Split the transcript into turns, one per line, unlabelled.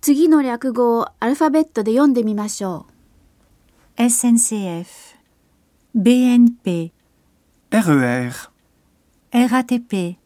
次の略語をアルファベットで読んでみましょ
SNCF, BNP,
RER,
RATP,